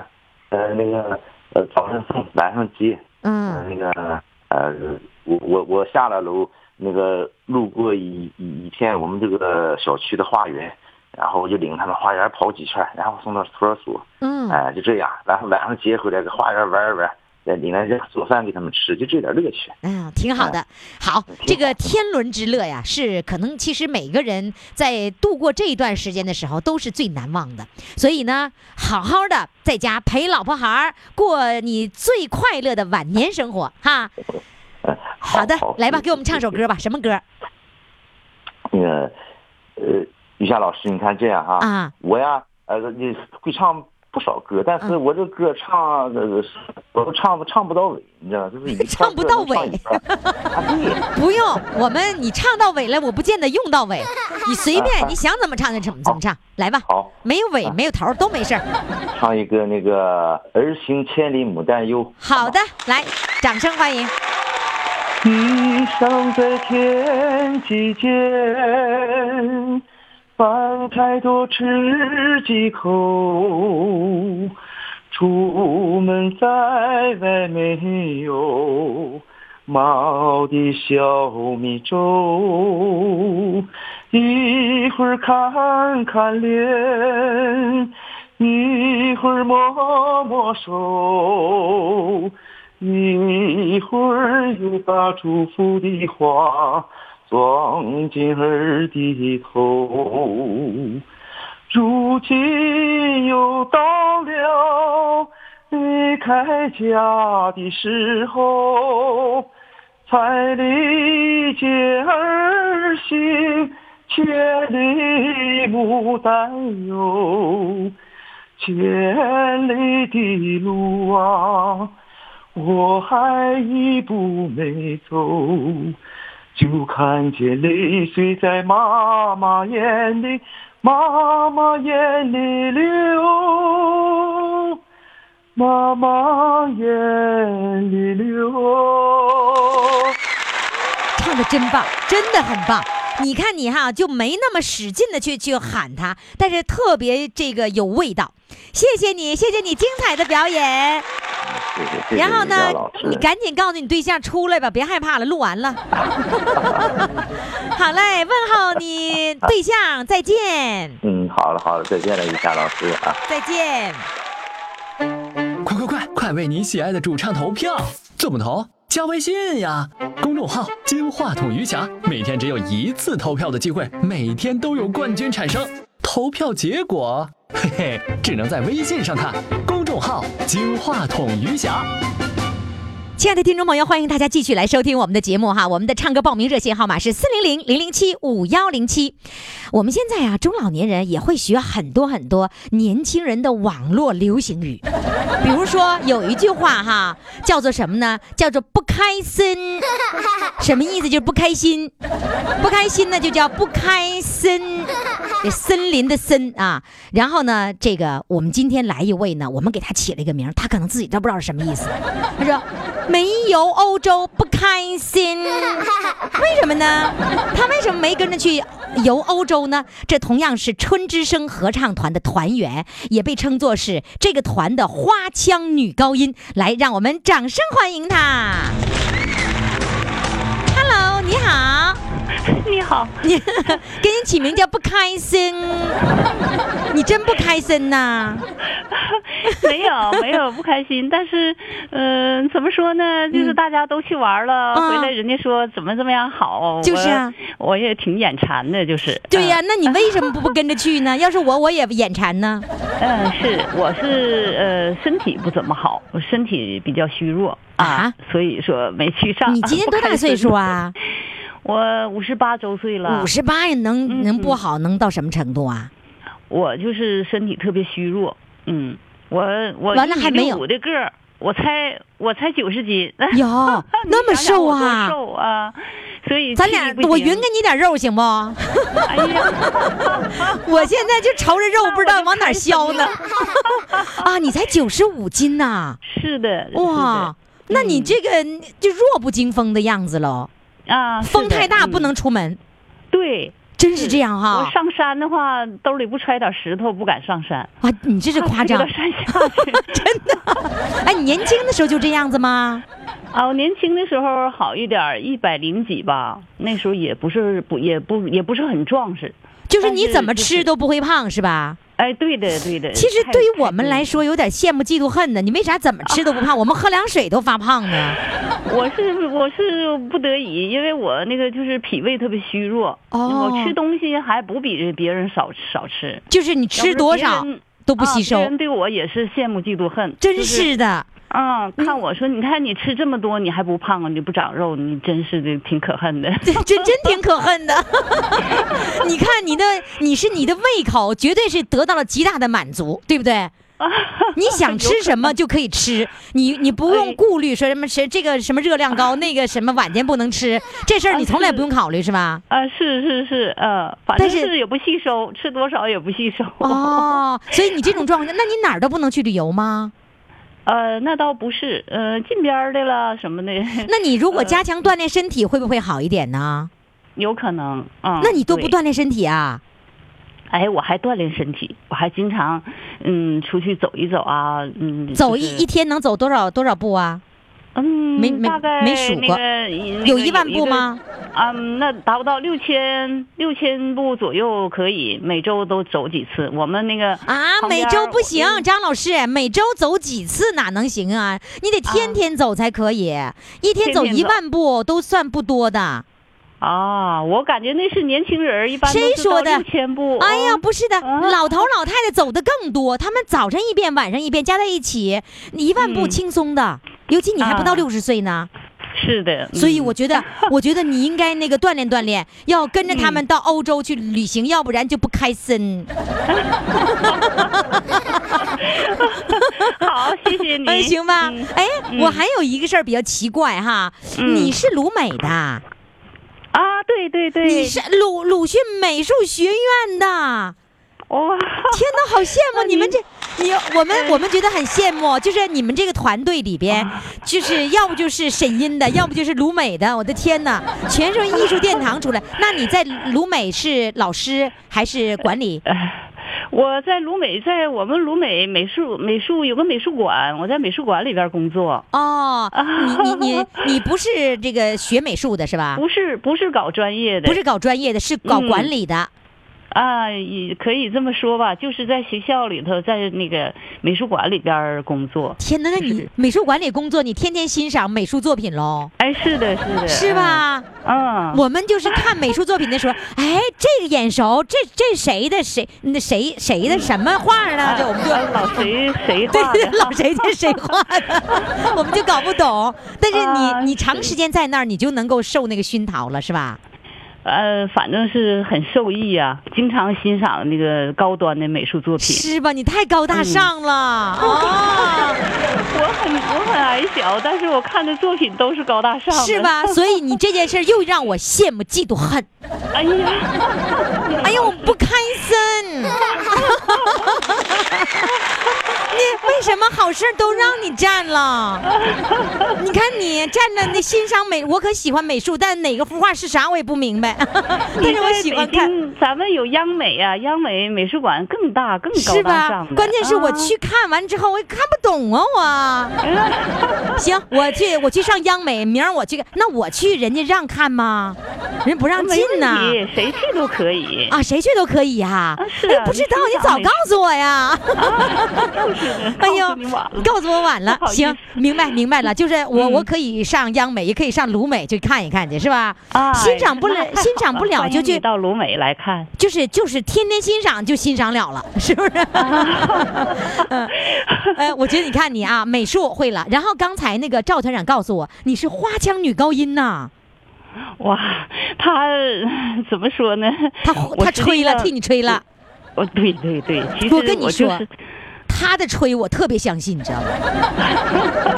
呃那个呃早上送晚上接，呃
嗯，
那个呃我我我下了楼，那个路过一一一片我们这个小区的花园，然后我就领他们花园跑几圈，然后送到托儿所，
嗯
哎，就这样，然后晚上接回来搁花园玩一玩，在里面扔做饭给他们吃，就这点乐趣。
嗯，挺好的。嗯好，这个天伦之乐呀，是可能其实每个人在度过这一段时间的时候都是最难忘的。所以呢，好好的在家陪老婆孩儿过你最快乐的晚年生活 哈。好的，来吧，给我们唱首歌吧，什么歌
那个，呃，于霞老师，你看这样哈，
啊？
我呀，呃，你会唱不少歌，但
嗯
是我这歌唱，呃，我都唱唱不到尾，你知道吗？就是一
唱不到尾
唱一半儿啊，对，
不用，我们你唱到尾了，我不见得用到 尾，你随便，你想怎么唱就怎么怎么唱，来吧。
好，
没有尾，没有头儿，都没事儿。
唱一个那个“儿行千里母担忧”。
好的，来，掌声欢迎。
一生在天际间，饭菜多吃几口，出门在外没有毛的小米粥，一会儿看看脸，一会儿摸摸手。一会儿又把祝福的话装进儿的头。如今又到了离开家的时候，才理解儿行千里母担忧，千里的路啊。我还一步没走，就看见泪水在妈妈眼里，妈妈眼里流，妈妈眼里流。
唱的真棒，真的很棒。你看你哈，就没那么使劲的去去喊他，但是特别这个有味道。谢谢你，谢谢你精彩的表演。
谢谢谢谢
然后
于
呢
洋老，师
你赶紧告诉你对象出来吧，别害怕了，录完了。 好嘞，问候你对象，再见，
嗯，好了好了，再见了，于霞老师啊。
再见。
快快快，快为你喜爱的主唱投票！怎么投？加微信呀，公众号“金话筒余霞”，每天只有一次投票的机会，每天都有冠军产生。投票结果，嘿嘿，只能在微信上看。公众号“金话筒余霞”。
亲爱的听众朋友，欢迎大家继续来收听我们的节目哈。我们的唱歌报名热线号码是四零零零零七五幺零七。我们现在啊，中老年人也会学很多很多年轻人的网络流行语，比如说有一句话哈，叫做什么呢？叫做不开心，什么意思？就是不开心。不开心呢，就叫不开森，这森林的森啊。然后呢，这个我们今天来一位呢，我们给他起了一个名儿，他可能自己都不知道是什么意思。他说：“没游欧洲不开心，为什么呢？他为什么没跟着去游欧洲呢？这同样是春之声合唱团的团员，也被称作是这个团的花腔女高音。来，让我们掌声欢迎她。Hello，你好。”
你好，
你给你起名叫不开心，你真不开心呐、
没有没有不开心，但是，嗯、怎么说呢？就是大家都去玩了，
嗯啊
回来人家说怎么这么样好，
就是啊
我，我也挺眼馋的，就是。
对呀、那你为什么不不跟着去呢？要是我，我也眼馋呢。
嗯、嗯是，我是呃身体不怎么好，我身体比较虚弱
啊
所以说没去 上。
你今年多大岁数啊？
我五十八周岁了，
五十八也能
嗯
能不好能到什么程度 啊？
我就是身体特别虚弱，嗯，我我
完了还没有
1.65的个儿，我才我才九十斤，
哟
你
那么
想想
瘦
我多
啊
瘦啊，所以
咱
气
俩
力不
我
行
匀给你点肉行不？
哎呀，
我现在就瞅着肉不知道往哪儿削呢
那我。
啊，你才九十五斤呐、
是嗯的，
哇，那你这个就弱不禁风的样子喽。
是的啊，是
风
的
太大不、
嗯
能出门，
对。
真是这样哈
我。上山的话，兜里不揣点石头，不敢上山。
啊，你这是夸张
怕，摔到山下去。
真的。哎，你年轻的时候就这样子吗？
啊，我年轻的时候好一点儿，一百零几吧，那时候也不是不也不也不是很壮实。
就是
但
你
是
怎么
就
吃
是
都不会胖是吧？
哎，对的对的。
其实
太
对于
太
我们来说有点羡慕嫉妒恨呢。你为啥怎么吃都不 胖？我们喝凉水都发胖呢。
我是我是不得已，因为我那个就是脾胃特别虚弱，
哦
我吃东西还不比别人少少吃，
就是你
要不
吃
是
多
别
少
人
都不
啊
吸收
别，人对我也是羡慕嫉妒恨，
真
就是
是的。
啊、看我说，你看你吃这么多，你还不胖啊，你不长肉，你真是的挺可恨的。
这真真挺可恨的。 你看你的，你是你的胃口，绝对是得到了极大的满足，对不 对？你想吃什么就可以吃，你你不用
哎
顾虑说什么谁这个什么热量 高，那个什么晚间不能吃，这事儿你从来不用考虑是 吧？
啊，是是是，呃，反正
但是
是也不吸收，吃多少也不吸收。
哦，所以你这种状况，那你哪儿都不能去旅游吗？
呃，那倒不是，呃，近边儿的了什么的，
那你如果
嗯
加强锻炼身体，会不会好一点呢？
有可能啊。
那你多不
对
锻炼身体啊？
哎，我还锻炼身体，我还经常，嗯，出去走一走啊，嗯，
走
就
一
是
一，天能走多少多少步啊？
嗯，
没没
大概
没数
那
过
个那
有
个
一万步
个
吗？
啊、嗯，那达不到六千六千步左右可以，每周都走几次。我们那个
啊，
旁
每
边
周
儿
不行，张老师，每周走几次哪能行啊？你得天
啊
天走才可以，一天
天
走
天
一
走
万步都算不多的。
啊，我感觉那是年轻人儿一般
谁说的
六千步。
哎呀，
哦，
不是的，
啊
老头老太太走的更多，他们早晨一遍，晚上一遍，加在一起，你一万步
嗯
轻松的。尤其你还不到
啊
六十岁呢，
是的，
所以
嗯
我觉 得，我觉得你应该那个锻炼锻炼，要跟着他
嗯
们到欧洲去旅行，要不然就不开心。
好，谢谢你。
嗯，行吧
嗯。
哎，
嗯
我还有一个事儿比较奇怪哈，
嗯
你是鲁美的。
啊，对对对，
你是鲁鲁迅美术学院 的，
哇、
天哪，好羡慕
那哎
你们
您
这，你我们我们觉得很羡慕，就是你们这个团队里边，
啊
就是要不就是沈音 的，要不就是鲁美的，我的天哪，全是艺术殿堂出来。那你在鲁美是老师还是管理？
我在鲁美，在我们鲁美美术美术有个美术馆，我在美术馆里边工作，
哦，你你你你不是这个学美术的是吧？
不是不是搞专业
啊
的，
不是搞专业的，是搞
嗯
管理的。
啊，也可以这么说吧，就是在学校里头，在那个美术馆里边儿工作。
天哪，那你
是
美术管理工作，你天天欣赏美术作品喽，
哎，是的，是的，
是吧？
嗯？嗯，
我们就是看美术作品的时候，哎，这个眼熟，这这谁的谁那谁谁的什么画呢？这我们就。
啊老谁谁
对
画
对，
的
老谁这谁画的，我们就搞不懂。但是你、
啊
你长时间在那儿，你就能够受那个熏陶了，是吧？
呃，反正是很受益啊，经常欣赏那个高端的美术作品。
是吧？你太高大上了
嗯
啊！
我很我很矮小，但是我看的作品都是高大上的，
是？吧？所以你这件事儿又让我羡慕、嫉妒、恨。
哎呀，
哎呀，我不开心。 你为什么好事儿都让你占 了？你看你占了那欣赏美，我可喜欢美术，但哪个幅画是啥我也不明 白。但是我喜欢看，
你在北京咱们有央美啊，央美美术馆更大更高
是
大
吧
上的。？
关键是我
啊
去看完之后，我也看不懂啊！ 我行，我去，我去上央美，明儿我去。那我去，人家让看吗？人不让
没
进
问
啊呐、
题谁去都可以。
啊，谁去都可以呀、
啊是
哎
啊
不知
你
道
说
你
啥
早
没
告诉我 呀。
就是的，
哎
告
呦
诉你晚 了，
告诉我晚了
不，好意思嗯
行，明白明白了，就是我、我可以上央美，也可以上鲁美去看一看去，是吧？
哎
啊欣赏不了
那太好
欣赏不了
欢迎
就去
你到鲁美来看。
就是就是天天欣赏就欣赏了 了，是不是？
啊
嗯，呃，我觉得你看你啊，美术会了，然后刚才那个赵团长告诉我你是花腔女高音呐、
哇，他怎么说呢？
他
我
他
是
吹
那
了，
个
替你吹了。
哦，对对对，其实
我跟你
就
说
是，
他的吹我特别相信，你知道吗？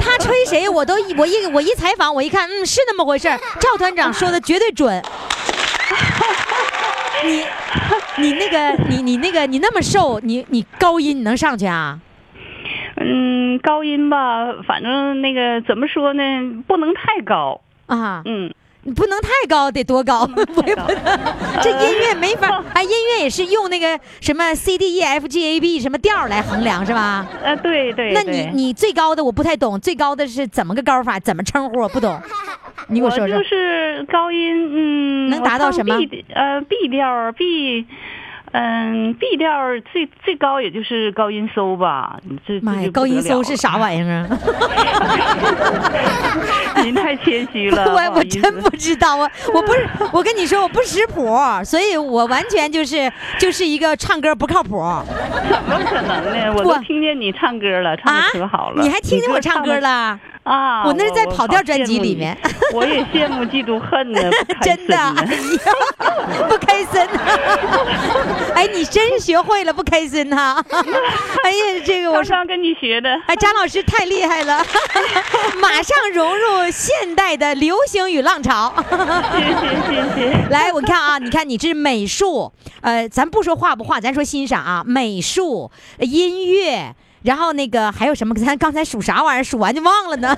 他吹谁我都我一我一采访我一看，嗯，是那么回事儿赵团长说的绝对准。 你你那个你你那个你那么瘦，你你高音你能上去啊？
嗯，高音吧，反正那个怎么说呢，不能太高。
啊，
嗯，
你不能太高，得多高？
不能 太高
我也不这音乐没法，哎，音乐也是用那个什么 C D E F G A B 什么调儿来衡量是吧？
呃，对对。
那
对
你你最高的我不太懂，最高的是怎么个高法？怎么称呼？我不 懂，你给
我
我说说
呃就。是高音，嗯，
能达到
我唱
什么
B 呃，B 调儿 B，嗯，B 调儿最最高也就是高音搜吧，这
妈呀，高音搜是？啥玩意儿啊？
这就不得了了 您太谦 虚了，
我
不好
我
意思
真不知道，我我不是，我跟你说我不识谱，所以我完全就是就是一个唱歌不靠谱啊！
怎么可能呢？我
我
都听见你唱歌了，唱的可好了。
啊 你还听见我唱歌
得
了？
啊？
我那是在
我
跑调专辑里面，
我好羡慕你我也羡慕嫉妒恨呢，不开
真
心
的，
呢
哎呀， 不开心、哎，你真是学会了不开心哈、 哎呀，这个我
刚
说。
刚跟你学的。
哎，张老师太厉害了，马上融入现代的流行与浪潮。
谢谢谢谢。
来，我看啊，你看你这美术，呃，咱不说画不画，咱说欣赏啊，美术、呃音乐，然后那个还有什么？咱刚才数啥玩意儿？数完就忘了呢。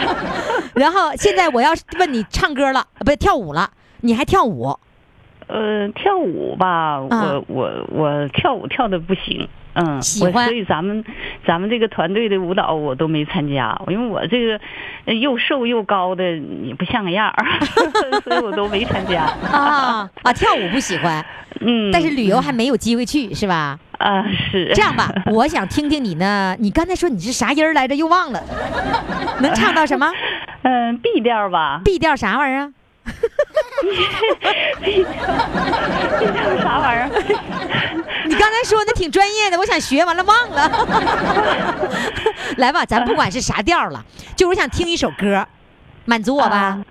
然后现在我要问你唱歌了，呃不是跳舞了，你还跳舞？
呃，跳舞吧，
啊
我我我跳舞跳的不行。嗯，
喜
我
欢
所以咱们咱们这个团队的舞蹈我都没参加，因为我这个呃又瘦又高的也不像个样儿， 所以我都没参加。
啊啊，跳舞不喜欢，
嗯，
但是旅游还没有机会去，是吧？
啊是
这样吧，我想听听你呢，你刚才说你是啥音儿来着？又忘了， 能唱到什么
嗯、b 调吧
B 调啥玩意儿啊？
，B 调啥玩意儿？
你刚才说的挺专业的，我想学，完了忘了。 来吧，咱不管是啥调了，就是我想听一首歌，满足我吧
啊。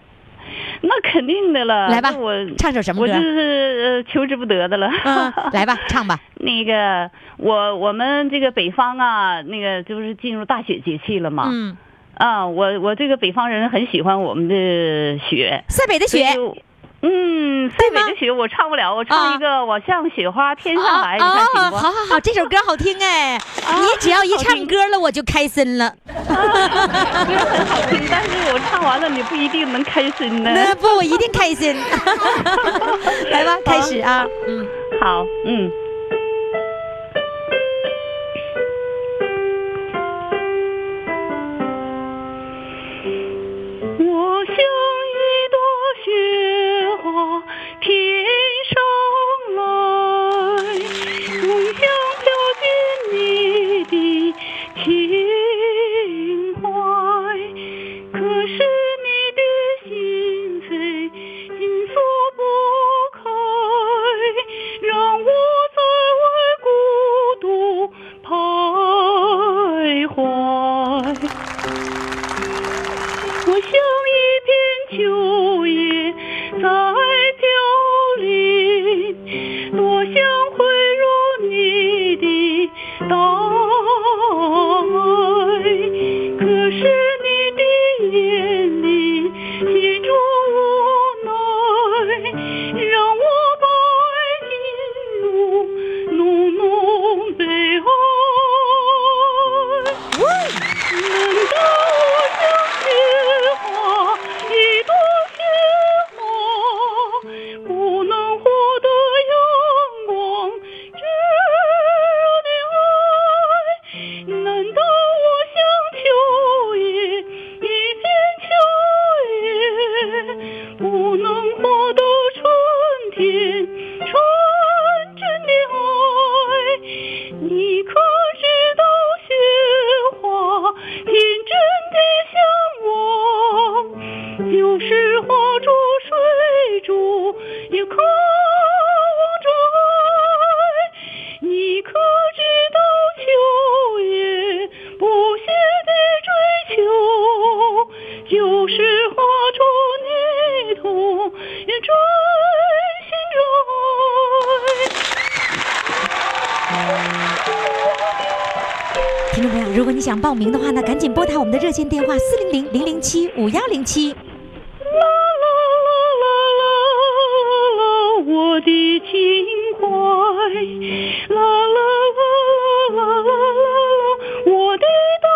那肯定的了。
来吧
那我
唱首什么
我
歌
就是、呃、求之不得的了。
嗯，来吧，唱吧。
那个，我我们这个北方啊，那个就是进入大雪节气了嘛。
嗯，
啊，我我这个北方人很喜欢我们的雪。
塞北的雪
所以就。嗯，塞北的雪我唱不了，我唱一个我像雪花天上来，你看行
哦，
不？
啊 好好好，这首歌好听哎！
啊
你只要一唱歌了，我就开心了。
歌很好听，但是我唱完了你不一定能开心呢。
那不，我一定开心。 来吧，开始啊。嗯，
好，嗯。我像一朵雪花天上来，我想飘进你的情怀，可是你的心扉紧锁不开，让我在外孤独徘徊。我像一片秋叶在飘零，多想汇入你的大爱，可是你的眼里写着无奈，让我白进入浓浓悲哀。难道我像雪花，一朵雪花，不能获得阳光炙热的爱？难道我像秋叶，一片秋叶，不能获得春天纯真的爱？你可知道雪花天真的向往，就是画出水珠也渴望着爱。你可知道秋叶不懈的追求，就是画出泥土也真心着爱。
听众朋友，如果你想报名的话呢，赶紧拨打我们的热线电话四零零零零七五幺零七。
啦啦啦啦啦，我的情怀，啦啦啦啦啦啦啦，我的大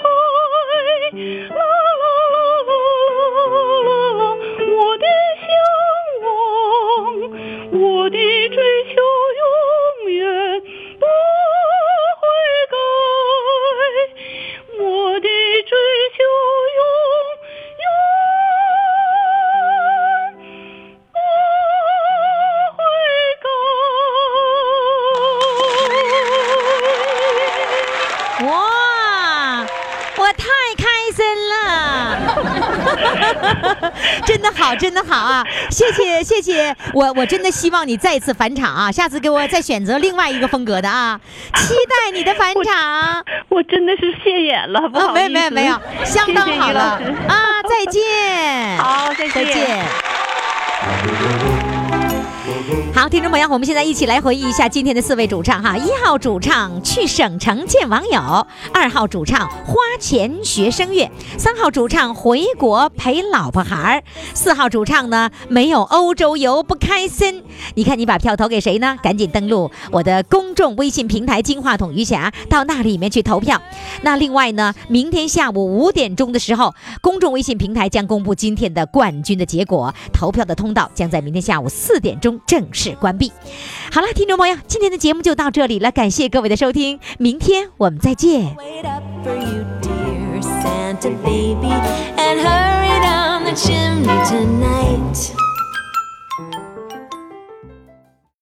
海，啦啦啦啦啦啦，我
好， 真的好啊！谢谢谢谢，我我真的希望你再一次返场啊，下次给我再选择另外一个风格的啊，期待你的返场。
我真的是现眼了，不
啊，
好
没
意思。
有没有没有，相当
谢谢于
好了
老师
啊！再见，
好再
再
见
见。好，听众朋友，我们现在一起来回忆一下今天的四位主唱哈。一号主唱去省城见网友，二号主唱花钱学声乐，三号主唱回国陪老婆孩儿，四号主唱呢没有欧洲游不开心。你看你把票投给谁呢？赶紧登录我的公众微信平台“金话筒余霞”，到那里面去投票。那另外呢，明天下午五点钟的时候，公众微信平台将公布今天的冠军的结果，投票的通道将在明天下午四点钟正式关闭。好了，听众朋友，今天的节目就到这里了，感谢各位的收听，明天我们再见。
Wait up for you, dear Santa baby, and hurry down the chimney tonight.